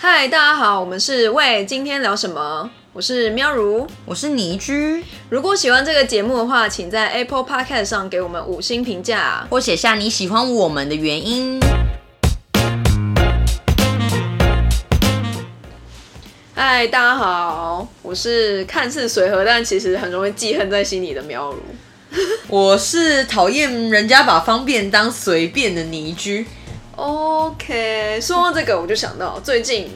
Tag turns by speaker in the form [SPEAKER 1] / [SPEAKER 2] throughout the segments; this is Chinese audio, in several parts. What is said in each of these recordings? [SPEAKER 1] 嗨，大家好，我们是喂，今天聊什么？我是喵如。
[SPEAKER 2] 我是倪居，
[SPEAKER 1] 如果喜欢这个节目的话，请在 Apple Podcast 上给我们五星评价。
[SPEAKER 2] 或写下你喜欢我们的原因。
[SPEAKER 1] 嗨，大家好，我是看似随和，但其实很容易记恨在心里的喵如。
[SPEAKER 2] 我是讨厌人家把方便当随便的倪居，
[SPEAKER 1] OK，说到这个，我就想到最近，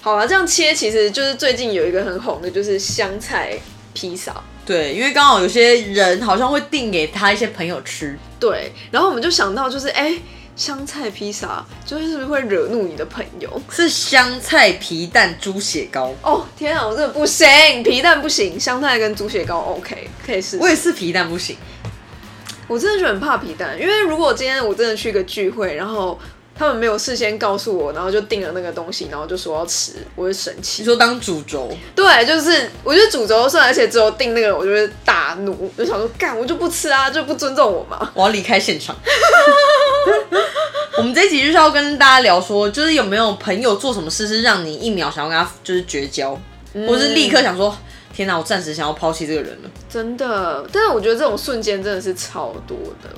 [SPEAKER 1] 好了，这样切其实就是最近有一个很红的，就是香菜披萨。
[SPEAKER 2] 对，因为刚好有些人好像会订给他一些朋友吃，
[SPEAKER 1] 对，然后我们就想到就是，哎、香菜披萨就是是不是会惹怒你的朋友？
[SPEAKER 2] 是香菜皮蛋猪血糕，
[SPEAKER 1] 哦，天啊，我真的不行，皮蛋不行，香菜跟猪血糕 OK，可以试试。
[SPEAKER 2] 我也是皮蛋不行，
[SPEAKER 1] 我真的就很怕皮蛋，因为如果今天我真的去一个聚会，然后他们没有事先告诉我，然后就订了那个东西，然后就说要吃，我会生气
[SPEAKER 2] 你。说当主轴，
[SPEAKER 1] 对，就是我觉得主轴算，而且只有订那个人，我就会大怒，就想说干，我就不吃啊，就不尊重我嘛。
[SPEAKER 2] 我要离开现场。我们这一集就是要跟大家聊说，就是有没有朋友做什么事是让你一秒想要跟他就是绝交，或是立刻想说，天哪，我暂时想要抛弃这个人了。
[SPEAKER 1] 真的，但是我觉得这种瞬间真的是超多的。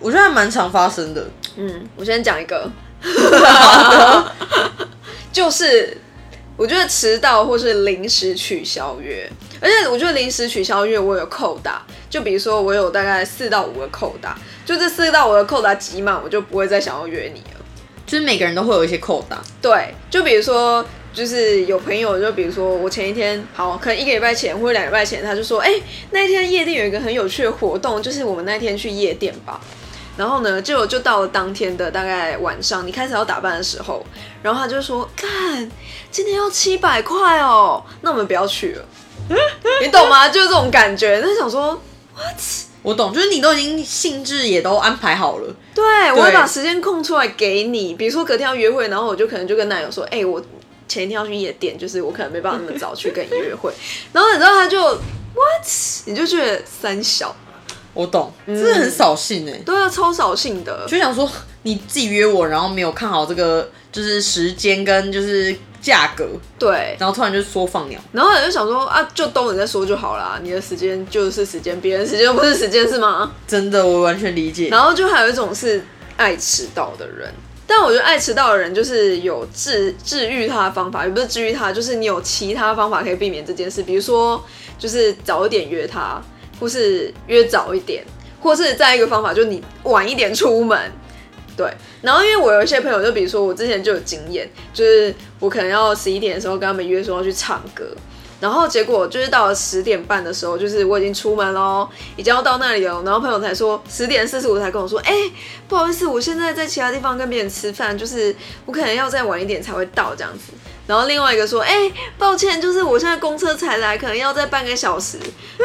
[SPEAKER 2] 我觉得还蛮常发生的。
[SPEAKER 1] 嗯，我先讲一个，就是我觉得迟到或是临时取消约，而且我觉得临时取消约我有扣打，就比如说我有大概四到五个扣打，就这四到五个扣打集满，我就不会再想要约你了。
[SPEAKER 2] 就是每个人都会有一些扣打，
[SPEAKER 1] 对，就比如说，就是有朋友，就比如说我前一天，好，可能一个礼拜前或者两个礼拜前，他就说，哎、那一天夜店有一个很有趣的活动，就是我们那天去夜店吧。然后呢，结果就到了当天的大概晚上，你开始要打扮的时候，然后他就说，干，今天要七百块哦，那我们不要去了， 你懂吗？就是这种感觉。那想说，
[SPEAKER 2] 我懂，就是你都已经性质也都安排好了，
[SPEAKER 1] 对，我会把时间空出来给你。比如说隔天要约会，然后我就可能就跟男友说，哎、我前一天要去夜店，就是我可能没办法那么早去跟你约会。然后你知道他就 what，你就觉得三小，
[SPEAKER 2] 我懂，
[SPEAKER 1] 嗯
[SPEAKER 2] 真的很扫兴哎、
[SPEAKER 1] 对啊，超扫兴的。
[SPEAKER 2] 就想说你自己约我，然后没有看好这个就是时间跟就是价格，
[SPEAKER 1] 对，
[SPEAKER 2] 然后突然就说放鸟，
[SPEAKER 1] 然后你就想说啊，就都你在说就好啦，你的时间就是时间，别人时间又不是时间是吗？
[SPEAKER 2] 真的我完全理解。欸
[SPEAKER 1] 然后就还有一种是爱迟到的人，但我觉得爱迟到的人就是有治治愈他的方法，也不是治愈他，就是你有其他方法可以避免这件事，比如说就是早一点约他，或是约早一点，或是再一个方法就是你晚一点出门。对，然后因为我有一些朋友，就比如说我之前就有经验，就是我可能要十一点的时候跟他们约说要去唱歌，然后结果就是到了十点半的时候，就是我已经出门喽，已经要到那里了，然后朋友才说十点四十五才跟我说，哎、不好意思，我现在在其他地方跟别人吃饭，就是我可能要再晚一点才会到这样子。然后另外一个说，哎、抱歉，就是我现在公车才来，可能要再半个小时。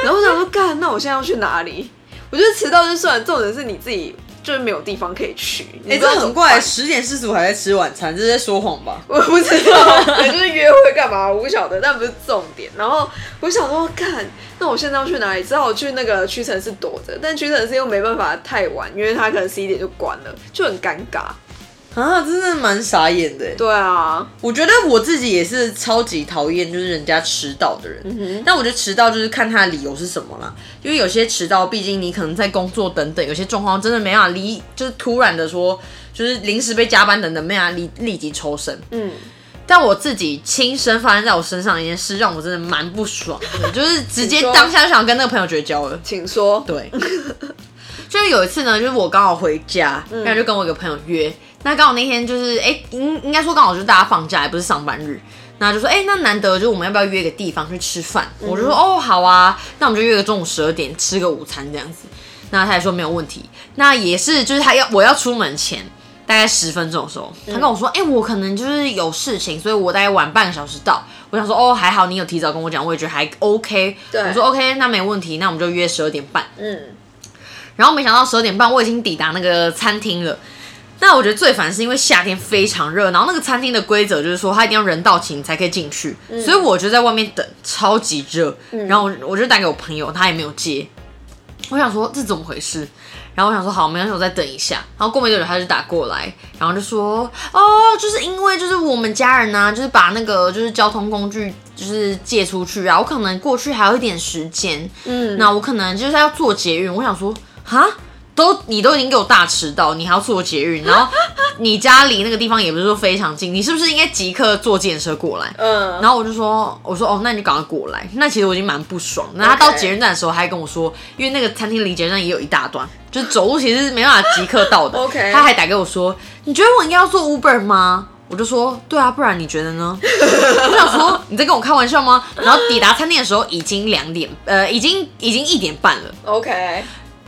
[SPEAKER 1] 然后我想说，干，那我现在要去哪里？我觉得迟到就算，重点是你自己就是没有地方可以去。
[SPEAKER 2] 哎、
[SPEAKER 1] 你不知
[SPEAKER 2] 这
[SPEAKER 1] 道怎
[SPEAKER 2] 很
[SPEAKER 1] 么
[SPEAKER 2] 怪，
[SPEAKER 1] 办
[SPEAKER 2] 十点四十五还在吃晚餐，这是在说谎吧？
[SPEAKER 1] 我不知道，可能就是约会干嘛，我不晓得，但不是重点。然后我想说，看，那我现在要去哪里？只好去那个屈臣氏躲着，但屈臣氏又没办法太晚，因为他可能十一点就关了，就很尴尬。
[SPEAKER 2] 啊，真的蛮傻眼的欸。
[SPEAKER 1] 对啊，
[SPEAKER 2] 我觉得我自己也是超级讨厌，就是人家迟到的人。
[SPEAKER 1] 嗯
[SPEAKER 2] 但我觉得迟到就是看他的理由是什么啦，因为有些迟到，毕竟你可能在工作等等，有些状况真的没办法离，就是突然的说，就是临时被加班等等，没办法立立即抽身。
[SPEAKER 1] 嗯，
[SPEAKER 2] 但我自己亲身发生在我身上的一件事，让我真的蛮不爽的，就是直接
[SPEAKER 1] 你说
[SPEAKER 2] 当下就想跟那个朋友绝交了。
[SPEAKER 1] 请说。
[SPEAKER 2] 对， 就是有一次呢，就是我刚好回家，
[SPEAKER 1] 嗯
[SPEAKER 2] 然后就跟我一个朋友约，那刚好那天就是，哎、应应该说刚好就是大家放假，也不是上班日。那就说，哎、那难得，就我们要不要约个地方去吃饭？
[SPEAKER 1] 嗯
[SPEAKER 2] 我就说，哦，好啊，那我们就约个中午十二点吃个午餐这样子。那他也说没有问题。那也是，就是他要我要出门前大概十分钟的时候，
[SPEAKER 1] 嗯
[SPEAKER 2] 他跟我说，哎、我可能就是有事情，所以我大概晚半个小时到。我想说，哦，还好你有提早跟我讲，我也觉得还 OK。
[SPEAKER 1] 对
[SPEAKER 2] 我说 OK，那没问题，那我们就约十二点半。
[SPEAKER 1] 嗯，
[SPEAKER 2] 然后没想到十二点半我已经抵达那个餐厅了。那我觉得最烦是因为夏天非常热，然后那个餐厅的规则就是说它一定要人到齐你才可以进去，所以我就在外面等，超级热。然后我我就打给我朋友，他也没有接。我想说这怎么回事？然后我想说好，没关系，我再等一下。然后过没多久他就打过来，然后就说哦，就是因为就是我们家人呢、就是把那个就是交通工具就是借出去啊，我可能过去还有一点时间，
[SPEAKER 1] 嗯，
[SPEAKER 2] 那我可能就是要做捷运。我想说哈。都你都已经给我大迟到，你还要做捷运，然后你家离那个地方也不是说非常近，你是不是应该即刻坐电车过来？
[SPEAKER 1] 嗯，
[SPEAKER 2] 然后我就说，我说哦，那你就赶快过来。那其实我已经蛮不爽。那他
[SPEAKER 1] OK
[SPEAKER 2] 到捷运站的时候，还跟我说，因为那个餐厅离捷运站也有一大段，就是走路其实是没办法即刻到的。
[SPEAKER 1] OK
[SPEAKER 2] 他还打给我说，你觉得我应该要做 Uber 吗？我就说，对啊，不然你觉得呢？ 我想说，你在跟我开玩笑吗？然后抵达餐厅的时候已经两点，呃，已经已经一点半了，
[SPEAKER 1] OK，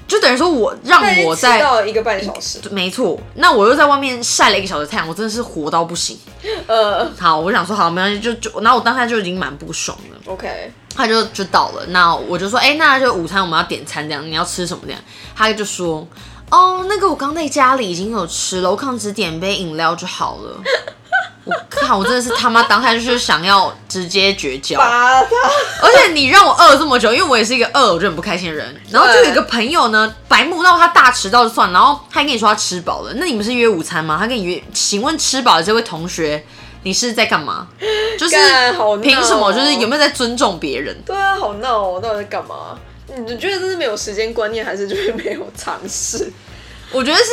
[SPEAKER 2] 就等于说我让
[SPEAKER 1] 那已经
[SPEAKER 2] 我
[SPEAKER 1] 迟
[SPEAKER 2] 在
[SPEAKER 1] 到一个半小时，
[SPEAKER 2] 没错，那我又在外面晒了一个小时太阳，我真的是活到不行。
[SPEAKER 1] 呃
[SPEAKER 2] 好，我想说好，没关系，就就，然后我当下就已经蛮不爽了。
[SPEAKER 1] ，OK，
[SPEAKER 2] 他就就到了，那我就说，哎、那就午餐我们要点餐这样，你要吃什么这样？他就说，哦，那个我刚在家里已经有吃了，我可能只点杯饮料就好 了。我看我真的是他妈当下就是想要直接绝交，
[SPEAKER 1] 把他
[SPEAKER 2] 而且你让我饿这么久，因为我也是一个饿我就很不开心的人。然后就有一个朋友呢，白目到他大迟到就算了，然后他还跟你说他吃饱了，那你们是约午餐吗？他跟你约，请问吃饱的这位同学，你是在干嘛？就是
[SPEAKER 1] 干好闹哦
[SPEAKER 2] 凭什么？就是有没有在尊重别人？
[SPEAKER 1] 对啊，好闹哦，到底在干嘛？嗯你觉得这是没有时间观念，还是就是没有尝试？
[SPEAKER 2] 我觉得是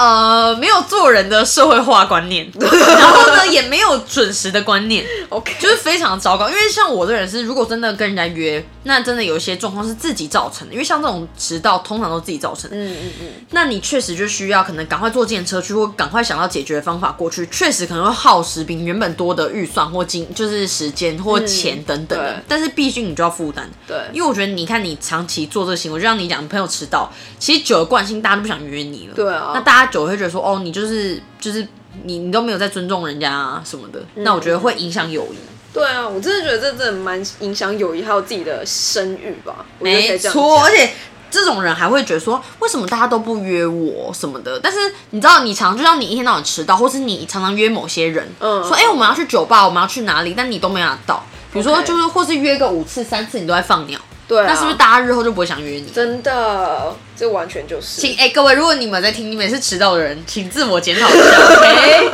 [SPEAKER 2] 呃没有做人的社会化 观念，然后呢也没有准时的观念，
[SPEAKER 1] OK，
[SPEAKER 2] 就是非常糟糕。因为像我这人是，如果真的跟人家约，那真的有一些状况是自己造成的，因为像这种迟到通常都自己造成的。
[SPEAKER 1] 嗯嗯嗯，
[SPEAKER 2] 那你确实就需要可能赶快坐电车去，或赶快想到解决方法过去，确实可能会耗时比你原本多的预算或金，就是时间或钱等等的。
[SPEAKER 1] 嗯对
[SPEAKER 2] 但是毕竟你就要负担，
[SPEAKER 1] 对
[SPEAKER 2] 因为我觉得你看你长期做这个行为，就像你讲你朋友迟到，其实久的惯性大家都不想约你了。
[SPEAKER 1] 对啊
[SPEAKER 2] 那大家久了会觉得说，哦，你就是就是你你都没有在尊重人家啊什么的，
[SPEAKER 1] 嗯
[SPEAKER 2] 那我觉得会影响友谊。
[SPEAKER 1] 对啊，我真的觉得这真的蛮影响友谊，还有自己的声誉吧。我觉得可
[SPEAKER 2] 没
[SPEAKER 1] 以这样
[SPEAKER 2] 错，
[SPEAKER 1] 讲
[SPEAKER 2] 而且这种人还会觉得说，为什么大家都不约我什么的？但是你知道，你常就像你一天到晚迟到，或是你常常约某些人，
[SPEAKER 1] 嗯
[SPEAKER 2] 说哎、诶我们要去酒吧，我们要去哪里，但你都没拿到。比如说，
[SPEAKER 1] OK
[SPEAKER 2] 就是或是约个五次、三次，你都在放鸟，
[SPEAKER 1] 对啊，
[SPEAKER 2] 那是不是大家日后就不会想约你？
[SPEAKER 1] 真的？这完全就是
[SPEAKER 2] 请哎、各位，如果你们有在听，你们也是迟到的人，请自我检讨一下。OK，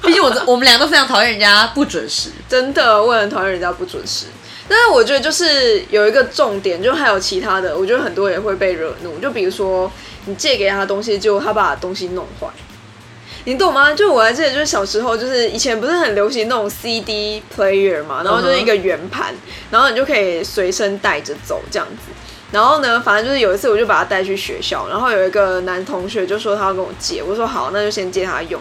[SPEAKER 2] 毕 竟我这我们俩都非常讨厌人家不准时。
[SPEAKER 1] 真的，我也很讨厌人家不准时。但是我觉得就是有一个重点，就还有其他的，我觉得很多也会被惹怒。就比如说你借给他东西，结果他把东西弄坏，你懂吗？就我还记得，就是小时候，就是以前不是很流行那种 CD player 嘛，然后就是一个圆盘，然后你就可以随身带着走这样子。然后呢，反正就是有一次我就把它带去学校，然后有一个男同学就说他要跟我借，我说好，那就先借他用。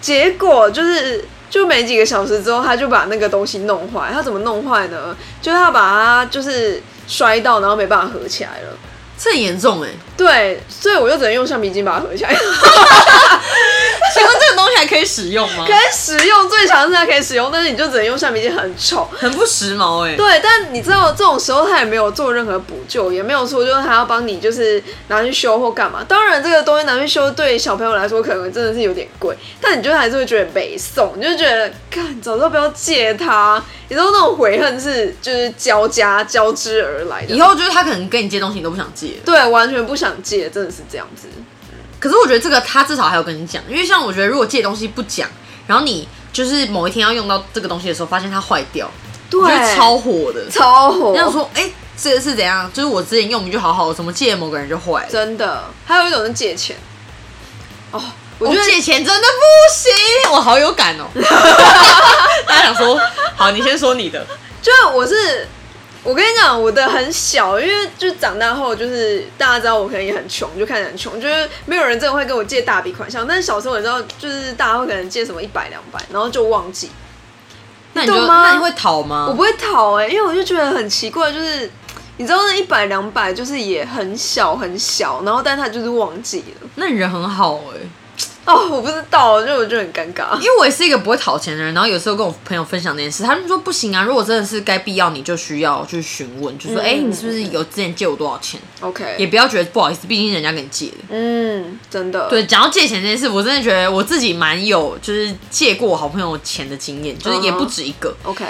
[SPEAKER 1] 结果就是就没几个小时之后，他就把那个东西弄坏。他怎么弄坏呢？就是他把它就是摔到，然后没办法合起来了。
[SPEAKER 2] 这很严重哎、
[SPEAKER 1] 对，所以我就只能用橡皮筋把它合起来。
[SPEAKER 2] 请问这个东西还可以使用吗
[SPEAKER 1] 可？以使用，最强是它可以使用，但是你就只能用橡皮筋，很丑。
[SPEAKER 2] 很不时髦哎、
[SPEAKER 1] 对，但你知道这种时候他也没有做任何补救，也没有说就是他要帮你就是拿去修或干嘛。当然，这个东西拿去修对小朋友来说可能真的是有点贵，但你就还是会觉得北宋，你就觉得看早知道不要借他，你知道那种悔恨是就是交加交织而来的。
[SPEAKER 2] 以后就是他可能跟你借东西，你都不想借了。
[SPEAKER 1] 对，完全不想借，真的是这样子。
[SPEAKER 2] 可是我觉得这个他至少还有跟你讲，因为像我觉得如果借东西不讲，然后你就是某一天要用到这个东西的时候，发现它坏掉，
[SPEAKER 1] 对
[SPEAKER 2] 我觉得超火的。
[SPEAKER 1] 超火，
[SPEAKER 2] 那样说，哎、这个是怎样？就是我之前用就好好的，怎么借某个人就坏了？
[SPEAKER 1] 真的。还有一种是借钱，哦，我
[SPEAKER 2] 我
[SPEAKER 1] 觉
[SPEAKER 2] 觉
[SPEAKER 1] 得
[SPEAKER 2] 得借钱真的不行，我好有 感哦。大家想说，好，你先说你的。
[SPEAKER 1] 就是我是，我跟你讲，我的很小，因为就是长大后，就是大家知道我可能也很穷，就看起来很穷，就是没有人真的会跟我借大笔款项。但是小时候你知道，就是大家会可能借什么一百两百，然后就忘记，
[SPEAKER 2] 那你就
[SPEAKER 1] 你懂吗
[SPEAKER 2] 那你会讨
[SPEAKER 1] 我
[SPEAKER 2] 吗？
[SPEAKER 1] 不会讨哎、因为我就觉得很奇怪，就是你知道那一百两百就是也很小很小，然后但他就是忘记了
[SPEAKER 2] 那你人很好哎、
[SPEAKER 1] 哦，我不知道，就我就很尴尬
[SPEAKER 2] 因。为我也是一个不会讨钱的人，然后有时候跟我朋友分享这件事，他们说不行啊，如果真的是该必要，你就需要去询问，就说
[SPEAKER 1] 嗯
[SPEAKER 2] 哎、诶你是不是有之前借我多少钱？也
[SPEAKER 1] OK，
[SPEAKER 2] 不要觉得不好意思，毕竟人家给你借的。
[SPEAKER 1] 嗯，真的，
[SPEAKER 2] 对，讲到借钱这件事，我真的觉得我自己蛮有就是借过我好朋友钱的经验，就是也
[SPEAKER 1] 嗯哼
[SPEAKER 2] 不止一个。
[SPEAKER 1] ，OK，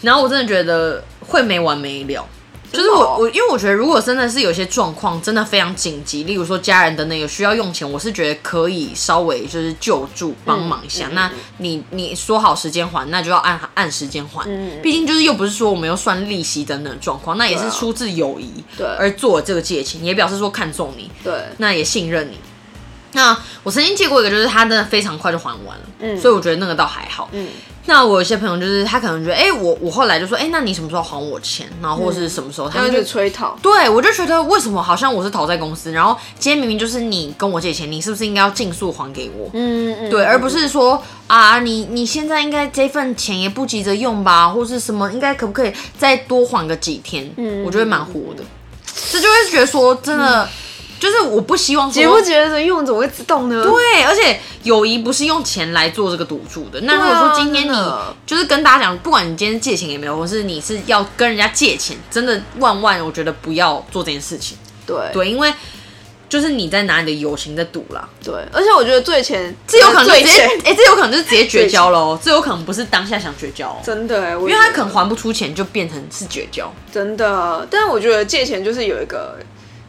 [SPEAKER 2] 然后我真的觉得会没完没了，就是
[SPEAKER 1] 哦
[SPEAKER 2] 我我因为我觉得，如果真的是有些状况真的非常紧急，例如说家人等等有需要用钱，我是觉得可以稍微就是救助帮忙一下。
[SPEAKER 1] 嗯嗯
[SPEAKER 2] 那你你说好时间还，那就要按按时间
[SPEAKER 1] 嗯
[SPEAKER 2] 还。毕竟就是又不是说我们又算利息等等的状况，那也
[SPEAKER 1] 对
[SPEAKER 2] 是
[SPEAKER 1] 啊
[SPEAKER 2] 出自友谊，
[SPEAKER 1] 对
[SPEAKER 2] 而做这个借钱，也表示说看中你，
[SPEAKER 1] 对，
[SPEAKER 2] 那也信任你。那我曾经借过一个，就是他真的非常快就还完了，
[SPEAKER 1] 嗯
[SPEAKER 2] 所以我觉得那个倒还好。
[SPEAKER 1] 嗯
[SPEAKER 2] 那我有些朋友就是他可能觉得，哎、我我后来就说，哎、那你什么时候还我钱？然后或是什么时候？他
[SPEAKER 1] 然后
[SPEAKER 2] 们
[SPEAKER 1] 嗯就
[SPEAKER 2] 嗯就
[SPEAKER 1] 催讨，
[SPEAKER 2] 对我就觉得为什么好像我是讨债公司，然后今天明明就是你跟我借钱，你是不是应该要尽速还给我？
[SPEAKER 1] 嗯嗯，
[SPEAKER 2] 对，而不是说啊，你你现在应该这份钱也不急着用吧，或是什么，应该可不可以再多还个几天？
[SPEAKER 1] 嗯
[SPEAKER 2] 我觉得蛮火的，这就会觉得说真的，就是我不希望说
[SPEAKER 1] 觉不觉得用怎么会自动呢？
[SPEAKER 2] 对，而且友谊不是用钱来做这个赌注的。那如
[SPEAKER 1] 对啊
[SPEAKER 2] 果说今天
[SPEAKER 1] 真
[SPEAKER 2] 你、
[SPEAKER 1] 的
[SPEAKER 2] 就是跟大家讲，不管你今天借钱也没有，或是你是要跟人家借钱，真的万万我觉得不要做这件事情。
[SPEAKER 1] 对
[SPEAKER 2] 对，因为就是你在拿你的友情在赌啦，
[SPEAKER 1] 对，而且我觉得最前
[SPEAKER 2] 这有可能就
[SPEAKER 1] 最
[SPEAKER 2] 直接
[SPEAKER 1] 前，
[SPEAKER 2] 哎、这有可能就是直接绝交喽，这有可能不是当下想绝交、哦，
[SPEAKER 1] 真的哎，因
[SPEAKER 2] 因为他可能还不出钱，就变成是绝交。
[SPEAKER 1] 真的，但我觉得借钱就是有一个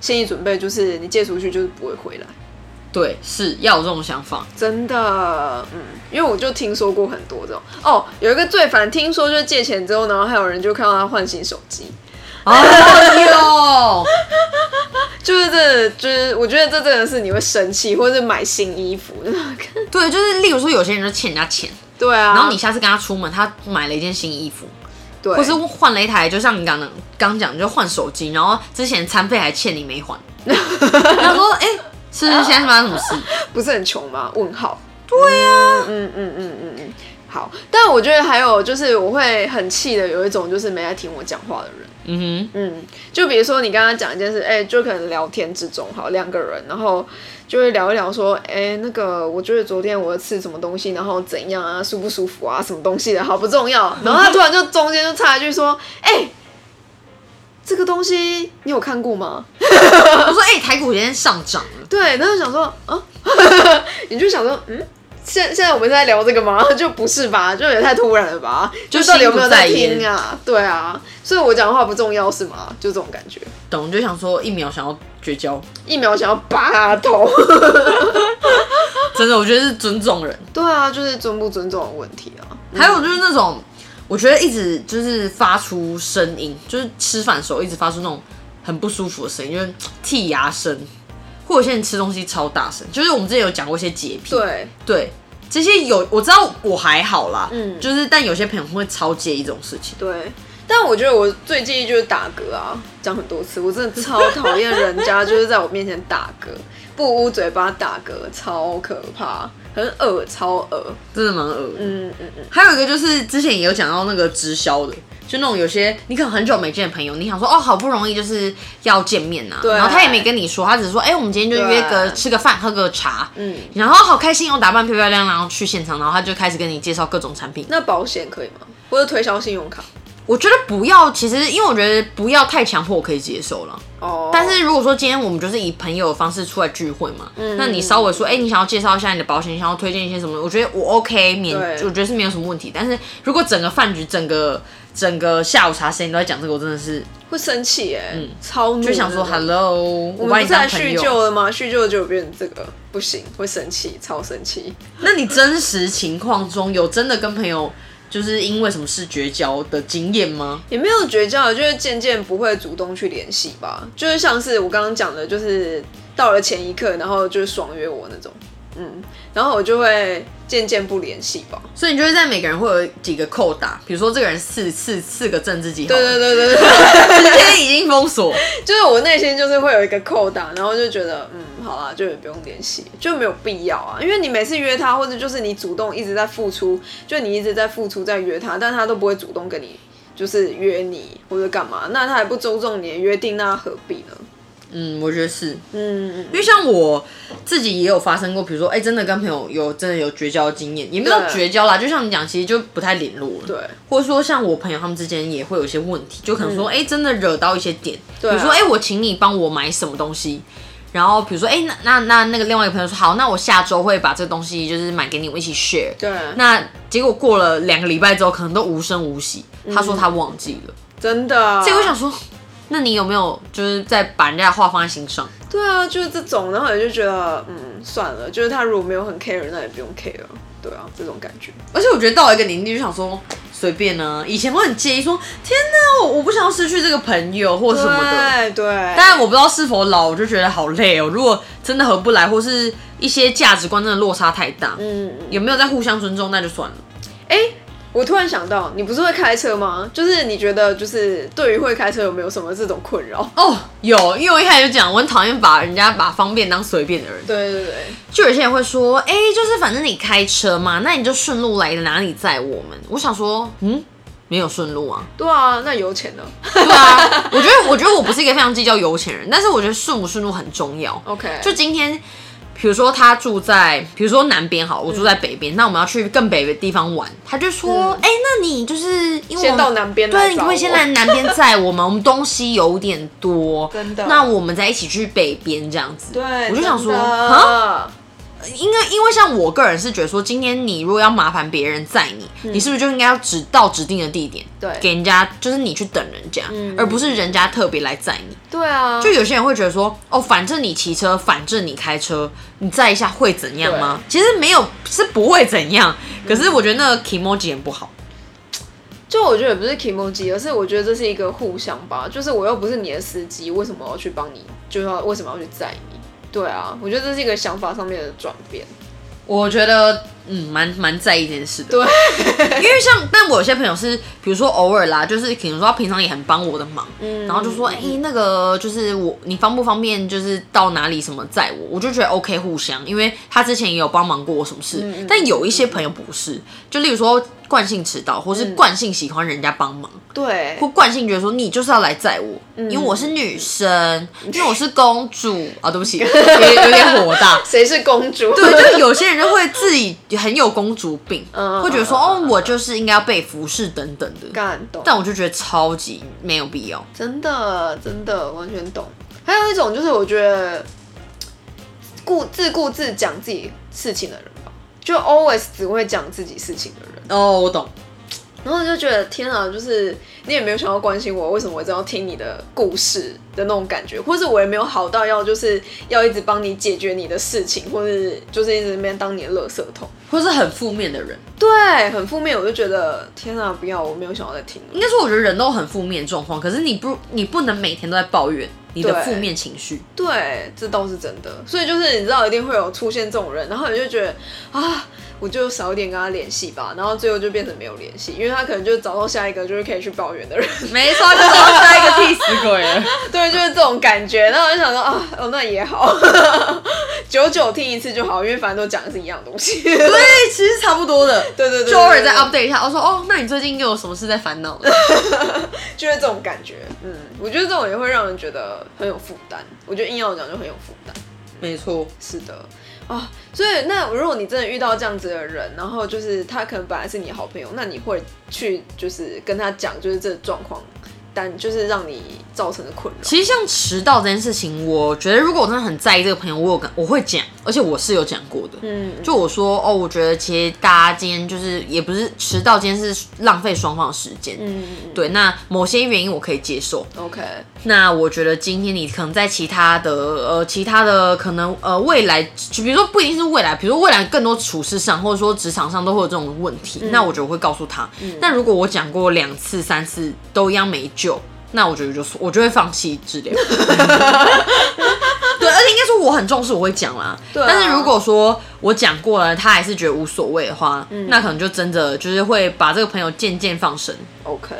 [SPEAKER 1] 心理准备，就是你借出去就是不会回来，
[SPEAKER 2] 对，是要有这种想法。
[SPEAKER 1] 真的，嗯，因为我就听说过很多这种哦，有一个最烦，听说就是借钱之后，然后还有人就看到他换新手机，
[SPEAKER 2] 哦
[SPEAKER 1] 就是这，就是我觉得这真的是你会生气，或者是买新衣服，
[SPEAKER 2] 哟， 对，就是例如说有些人就欠人家钱，
[SPEAKER 1] 对啊，
[SPEAKER 2] 然后你下次跟他出门，他买了一件新衣服，
[SPEAKER 1] 对，
[SPEAKER 2] 或是换了一台，就像你刚刚刚讲，就换手机，然后之前餐费还欠你没 还，他说：“哎、是现在发生什么 事
[SPEAKER 1] 不是很穷吗？问号。对啊，嗯嗯嗯嗯嗯，好。但我觉得还有就是，我会很气的，有一种就是没来听我讲话的人。？”
[SPEAKER 2] 嗯哼，
[SPEAKER 1] 嗯，就比如说你刚刚讲一件事，哎、就可能聊天之中，好两个人，然后就会聊一聊说，哎、那个我觉得昨天我吃什么东西，然后怎样啊，舒不舒服啊，什么东西的，好不重要。然后他突然就中间就插一句说，哎、这个东西你有看过吗？
[SPEAKER 2] 我说：“哎、台股今天上涨了。
[SPEAKER 1] 对，然后想说啊， 你就想说，嗯，现现在我们在聊这个吗？ 就不是吧，就也太突然了吧？
[SPEAKER 2] 就
[SPEAKER 1] 到底有没有在
[SPEAKER 2] 心不在焉
[SPEAKER 1] 听啊？对啊，所以我讲话不重要是吗？就这种感觉，”
[SPEAKER 2] 懂，就想说一秒想要绝交，
[SPEAKER 1] 一秒想要拔他头。
[SPEAKER 2] 真的，我觉得是尊重人。
[SPEAKER 1] 对啊，就是尊不尊重的问题啊。
[SPEAKER 2] 还有就是那种，我觉得一直就是发出声音，就是吃饭的时候一直发出那种很不舒服的声音，就是剔牙声，或者有些人吃东西超大声，就是我们之前有讲过一些洁癖，
[SPEAKER 1] 对，
[SPEAKER 2] 对，这些有我知道我还好啦，
[SPEAKER 1] 嗯
[SPEAKER 2] 就是但有些朋友会超介意这种事情，
[SPEAKER 1] 对，但我觉得我最介意就是打嗝啊，讲很多次，我真的超讨厌人 家就是在我面前打嗝，不捂嘴巴打嗝，超可怕，很恶，超恶。
[SPEAKER 2] 真的蛮恶的。
[SPEAKER 1] 嗯嗯嗯，
[SPEAKER 2] 还有一个就是之前也有讲到那个直销的。就那种有些你可能很久没见的朋友，你想说哦，好不容易就是要见面呐、啊，
[SPEAKER 1] 对
[SPEAKER 2] 然后他也没跟你说，他只是说，哎、我们今天就约个吃个饭，喝个茶，
[SPEAKER 1] 嗯
[SPEAKER 2] 嗯，然后好开心哦，打扮漂漂亮亮，然后去现场，然后他就开始跟你介绍各种产品。
[SPEAKER 1] 那保险可以吗？或者推销信用卡？
[SPEAKER 2] 我觉得不要，其实因为我觉得不要太强迫，我可以接受了。
[SPEAKER 1] 哦，
[SPEAKER 2] 但是如果说今天我们就是以朋友的方式出来聚会嘛，
[SPEAKER 1] 嗯
[SPEAKER 2] 那你稍微说，哎、你想要介绍一下你的保险，你想要推荐一些什么，我觉得我 OK，免，
[SPEAKER 1] 对
[SPEAKER 2] 我觉得是没有什么问题。但是如果整个饭局、整个整个下午茶时间都在讲这个，我真的是
[SPEAKER 1] 会生气耶、超怒
[SPEAKER 2] 嗯就想说
[SPEAKER 1] 那种
[SPEAKER 2] hello，我
[SPEAKER 1] 我
[SPEAKER 2] 把
[SPEAKER 1] 们
[SPEAKER 2] 你
[SPEAKER 1] 不是
[SPEAKER 2] 当
[SPEAKER 1] 还
[SPEAKER 2] 朋
[SPEAKER 1] 叙
[SPEAKER 2] 友。
[SPEAKER 1] 旧了吗？叙旧就变成这个，不行，会生气，超生气。
[SPEAKER 2] 那你真实情况中有真的跟朋友就是因为什么事绝交的经验吗？
[SPEAKER 1] 也没有绝交，就是渐渐不会主动去联系吧。就是像是我刚刚讲的，就是到了前一刻，然后就是爽约我那种，嗯，然后我就会渐渐不联系吧。
[SPEAKER 2] 所以你就会在每个人会有几个扣打，比如说这个人四四四个政治记号，
[SPEAKER 1] 对 对对对对，
[SPEAKER 2] 对，直接已经封锁。
[SPEAKER 1] 就是我内心就是会有一个扣打，然后就觉得嗯，好啦，就也不用联系，就没有必要啊。因为你每次约他，或者就是你主动一直在付出，就你一直在付出在约他，但他都不会主动跟你就是约你或者干嘛，那他还不尊重你的约定，那何必呢？
[SPEAKER 2] 嗯，我觉得是。
[SPEAKER 1] 嗯，
[SPEAKER 2] 因为像我自己也有发生过，比如说，哎、真的跟朋友有真的有绝交的经验，也没有到
[SPEAKER 1] 对
[SPEAKER 2] 绝交啦，就像你讲，其实就不太联络了。
[SPEAKER 1] 对，
[SPEAKER 2] 或者说像我朋友他们之间也会有一些问题，就可能说，哎、真的惹到一些点，
[SPEAKER 1] 嗯对啊
[SPEAKER 2] 比如说，哎、我请你帮我买什么东西。然后比如说，哎，那那那那个另外一个朋友说，好，那我下周会把这个东西就是买给你，我一起 share。
[SPEAKER 1] 对，
[SPEAKER 2] 那结果过了
[SPEAKER 1] 嗯
[SPEAKER 2] 两个礼拜之后，可能都无声无息，他说他忘记了。
[SPEAKER 1] 真的。啊
[SPEAKER 2] 所以我想说，那你有没有就是在把人家的话放在心上？
[SPEAKER 1] 对啊，就是这种，然后你就觉得，嗯，算了，就是他如果没有很 care，那也不用 care，对啊，这种感觉。
[SPEAKER 2] 而且我觉得到了一个年纪就想说随便呢、以前我很介意说天哪，我我不想要失去这个朋友或什么的。
[SPEAKER 1] 对对，
[SPEAKER 2] 但我不知道是否老，我就觉得好累哦。如果真的合不来，或是一些价值观真的落差太大，
[SPEAKER 1] 嗯，
[SPEAKER 2] 有没有在互相尊重，那就算了。
[SPEAKER 1] 哎、我突然想到，你不是会开车吗？就是你觉得，就是对于会开车有没有什么这种困扰？
[SPEAKER 2] 哦，有，因为我一开始就讲，我很讨厌把人家把方便当随便的人。
[SPEAKER 1] 对对对，
[SPEAKER 2] 就有些人会说，哎、就是反正你开车嘛，那你就顺路来哪里载我们。我想说，嗯，没有顺路啊。
[SPEAKER 1] 对啊，那油钱呢
[SPEAKER 2] 对啊， 我觉得，我觉得我不是一个非常计较油钱人，但是我觉得顺不顺路很重要。
[SPEAKER 1] ？OK，
[SPEAKER 2] 就今天，比如说他住在，比如说南边好了，我住在北边，那我们要去更北的地方玩，他就说，哎、那你就是因为我
[SPEAKER 1] 嗯
[SPEAKER 2] 们
[SPEAKER 1] 先到南边来
[SPEAKER 2] 对，你可
[SPEAKER 1] 找
[SPEAKER 2] 不可以先
[SPEAKER 1] 我
[SPEAKER 2] 来南边载我们？我们东西有点多，
[SPEAKER 1] 真的
[SPEAKER 2] 那我们再一起去北边这样子。
[SPEAKER 1] 对，
[SPEAKER 2] 我就想说，
[SPEAKER 1] 真的
[SPEAKER 2] 啊，因为因为像我个人是觉得说，今天你如果要麻烦别人载你，你是不是就应该要指到指定的地点，
[SPEAKER 1] 对
[SPEAKER 2] 给人家就是你去等人家，而不是人家特别来载你。
[SPEAKER 1] 对啊，
[SPEAKER 2] 就有些人会觉得说，哦，反正你骑车，反正你开车，你载一下会怎样吗？其实没有，是不会怎样。可是我觉得那个 emoji 很不好。
[SPEAKER 1] 就我觉得也不是 emoji，而是我觉得这是一个互相吧。就是我又不是你的司机，为什么要去帮你？就要为什么要去载你？对啊，我觉得这是一个想法上面的转变。
[SPEAKER 2] 我觉得，嗯，蛮蛮在意这件事的。
[SPEAKER 1] 对，
[SPEAKER 2] 因为像，但我有些朋友是，比如说偶尔啦，就是可能说他平常也很帮我的忙，
[SPEAKER 1] 嗯
[SPEAKER 2] 然后就说，哎、那个就是我，你方不方便，就是到哪里什么载我，我就觉得 OK 互相，因为他之前也有帮忙过我什么
[SPEAKER 1] 嗯
[SPEAKER 2] 事，但有一些朋友不是，就例如说惯性迟到，或是惯性喜欢人家帮忙，
[SPEAKER 1] 嗯对嗯
[SPEAKER 2] 或惯性觉得说你就是要来载我，因为我是女生，因为我是公主啊，对 不起，有点有点火大，
[SPEAKER 1] 谁是公主？
[SPEAKER 2] 对，就是有些人就会自己很有公主病，
[SPEAKER 1] 嗯
[SPEAKER 2] 会觉得说哦，我就是应该要被服侍等等的。
[SPEAKER 1] 感动，
[SPEAKER 2] 但我就觉得超级没有必要。
[SPEAKER 1] 真的真的完全懂。还有一种就是我觉得顾自顾自讲自己事情的人吧，就 always 只会讲自己事情的人。
[SPEAKER 2] 哦，我懂。
[SPEAKER 1] 然后我就觉得天啊，就是你也没有想要关心我，为什么我这要听你的故事的那种感觉，或是我也没有好到要就是要一直帮你解决你的事情，或是就是一直在那边当你的垃圾桶。
[SPEAKER 2] 或是很负面的人，
[SPEAKER 1] 对，很负面，我就觉得天啊，不要，我没有想要再听了。
[SPEAKER 2] 应该说我觉得人都有很负面的状况，可是你不你不能每天都在抱怨你的
[SPEAKER 1] 对
[SPEAKER 2] 负面情绪。
[SPEAKER 1] 对，这倒是真的。所以就是你知道，一定会有出现这种人，然后你就觉得啊，我就少一点跟他联系吧，然后最后就变成没有联系，因为他可能就找到下一个就是可以去抱怨的人。
[SPEAKER 2] 没错，就是要下一个替死鬼了。
[SPEAKER 1] 对，就是这种感觉。然后我就想说啊，哦，那也好，久久听一次就好，因为反正都讲的是一样东西。 对
[SPEAKER 2] 对，其实差不多的。
[SPEAKER 1] 对对对，
[SPEAKER 2] 就偶尔再
[SPEAKER 1] 对对
[SPEAKER 2] update 一下，我说哦，那你最近又有什么事在烦恼？
[SPEAKER 1] 就是这种感觉。嗯，我觉得这种也会让人觉得很有负担。我觉得硬要讲就很有负担。
[SPEAKER 2] 没错，
[SPEAKER 1] 是的啊，所以那如果你真的遇到这样子的人，然后就是他可能本来是你的好朋友，那你会去就是跟他讲，就是这个状况，但就是让你造成的困扰。
[SPEAKER 2] 其实像迟到这件事情，我觉得如果我真的很在意这个朋友，我有跟我会讲，而且我是有讲过的。
[SPEAKER 1] 嗯，
[SPEAKER 2] 就我说哦，我觉得其实大家今天就是也不是迟到，今天是浪费双方的时间。
[SPEAKER 1] 嗯
[SPEAKER 2] 对，那某些原因我可以接受。
[SPEAKER 1] ，OK，
[SPEAKER 2] 那我觉得今天你可能在其他的呃，其他的可能呃，未来就比如说不一定是未来，比如说未来更多处事上或者说职场上都会有这种问题，
[SPEAKER 1] 嗯
[SPEAKER 2] 那我觉得我会告诉他。那如果我讲过两次、三次都一样没救，那我觉得就我就会放弃治 疗。对，而且应该说我很重视，我会讲啦。
[SPEAKER 1] 对啊
[SPEAKER 2] 但是如果说我讲过了，他还是觉得无所谓的话，
[SPEAKER 1] 嗯
[SPEAKER 2] 那可能就真的就是会把这个朋友渐渐放生。
[SPEAKER 1] OK，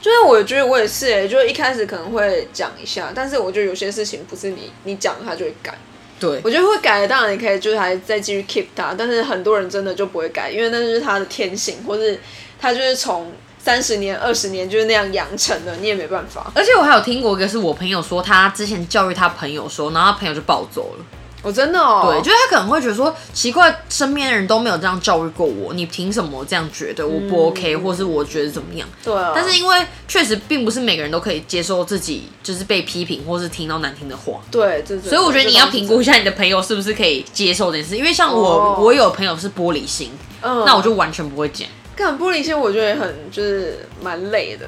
[SPEAKER 1] 就是我觉得我也是哎、就是一开始可能会讲一下，但是我觉得有些事情不是你你讲他就会改。
[SPEAKER 2] 对，
[SPEAKER 1] 我觉得会改的，当然你可以就是还再继续 keep 他，但是很多人真的就不会改，因为那就是他的天性，或是他就是从三十年、二十年就是那样养成的，你也没办法。
[SPEAKER 2] 而且我还有听过一个是我朋友说，他之前教育他朋友说，然后他朋友就暴走了。
[SPEAKER 1] 我、真的哦，
[SPEAKER 2] 对，就是他可能会觉得说，奇怪，身边的人都没有这样教育过我，你凭什么这样觉得？我不 OK，、或是我觉得怎么样？
[SPEAKER 1] 对啊，
[SPEAKER 2] 但是因为确实并不是每个人都可以接受自己就是被批评或是听到难听的话，
[SPEAKER 1] 对，这
[SPEAKER 2] 所以我觉得你要评估一，下你的朋友是不是可以接受这件事。因为像我，
[SPEAKER 1] 哦
[SPEAKER 2] 我有朋友是玻璃心，
[SPEAKER 1] 嗯
[SPEAKER 2] 那我就完全不会讲。
[SPEAKER 1] 干玻璃心，我觉得也很就是蛮累的。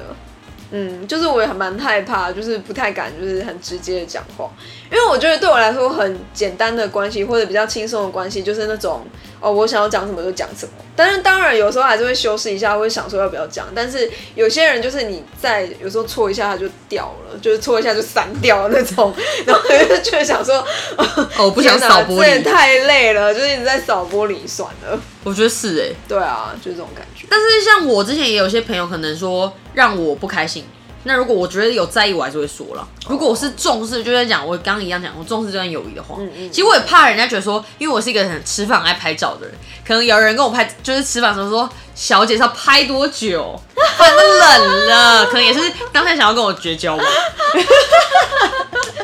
[SPEAKER 1] 嗯，就是我也很蛮害怕，就是不太敢，就是很直接的讲话，因为我觉得对我来说很简单的关系或者比较轻松的关系，就是那种哦，我想要讲什么就讲什么。但是当然有时候还是会修饰一下，会想说要不要讲。但是有些人就是你在有时候戳一下他就掉了，就是戳一下就散掉那种，然后 就觉得想说，哦，
[SPEAKER 2] 哦，我不想
[SPEAKER 1] 天
[SPEAKER 2] 扫
[SPEAKER 1] 哪
[SPEAKER 2] 玻
[SPEAKER 1] 这也
[SPEAKER 2] 璃，
[SPEAKER 1] 太累了，就是一直在扫玻璃，算了。
[SPEAKER 2] 我觉得是哎、
[SPEAKER 1] 对啊，就是这种感觉。
[SPEAKER 2] 但是像我之前也有些朋友可能说让我不开心，那如果我觉得有在意，我还是会说了。
[SPEAKER 1] 哦
[SPEAKER 2] 如果我是重视，就在讲我刚刚一样讲，我重视这段友谊的话，
[SPEAKER 1] 嗯
[SPEAKER 2] 其实我也怕人家觉得说，因为我是一个很吃饭很爱拍照的人，可能有人跟我拍，就是吃饭的时候说，小姐是要拍多久？ 反正冷了，可能也是当下想要跟我绝交吧。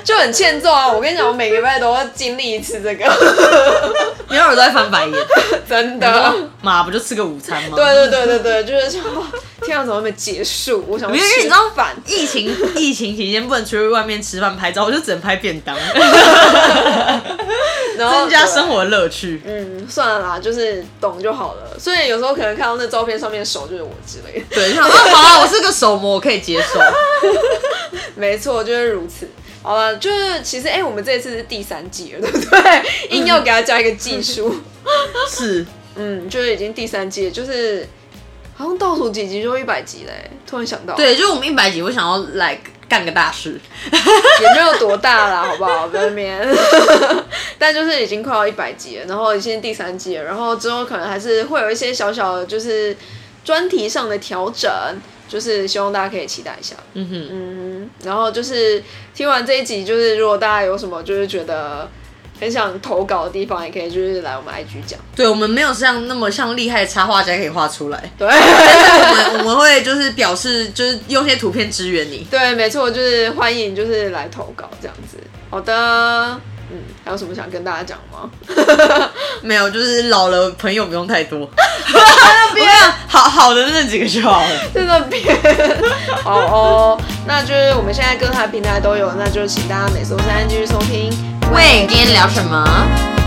[SPEAKER 1] 就很欠揍啊！我跟你讲，我每个礼拜都要经历一次这个，
[SPEAKER 2] 你有人都在翻白眼，
[SPEAKER 1] 真的。
[SPEAKER 2] 妈不就吃个午餐吗？
[SPEAKER 1] 对对啊对对对，就是说，哦天啊，怎么还没结束？我想
[SPEAKER 2] 没有，因为
[SPEAKER 1] 吃
[SPEAKER 2] 你知道
[SPEAKER 1] 饭，
[SPEAKER 2] 疫情 疫情期间不能出去外面吃饭拍照，我就只能拍便当，
[SPEAKER 1] 哦然后
[SPEAKER 2] 增加生。活乐趣。
[SPEAKER 1] 对嗯，算了啦，就是懂就好了。所以有时候可能看到那照片上面的手就是我之类的，
[SPEAKER 2] 对，想说啊好啊，我是个手模，我可以接受。
[SPEAKER 1] 没错，就是如此。好了，就是其实哎、我们这一次是第三季了，对不对？硬要给它加一个季 数，
[SPEAKER 2] 是，
[SPEAKER 1] 嗯，就是已经第三季了，就是好像倒数几集就一百集嘞、突然想到，，
[SPEAKER 2] 对，就是我们一百集，我想要来干个大事。
[SPEAKER 1] 也没有多大啦，好不好？不要在那边， 但就是已经快要一百集了，然后现在第三季了，然后之后可能还是会有一些小小的，就是专题上的调整，就是希望大家可以期待一下。
[SPEAKER 2] 嗯哼，
[SPEAKER 1] 嗯，然后就是听完这一集，就是如果大家有什么就是觉得很想投稿的地方，也可以就是来我们 IG 讲。
[SPEAKER 2] 对我们没有像那么像厉害的插画家可以画出来，
[SPEAKER 1] 对
[SPEAKER 2] 我们我们会就是表示就是用一些图片支援你。
[SPEAKER 1] 对，没错，就是欢迎就是来投稿这样子。好的，嗯，还有什么想跟大家讲吗？
[SPEAKER 2] 没有，就是老了朋友不用太 多。不要，好好的那几个就好了。
[SPEAKER 1] 在那边。好哦，那就是我们现在各大平台都有，那就请大家每周三继续收听。
[SPEAKER 2] 喂，今天聊什么？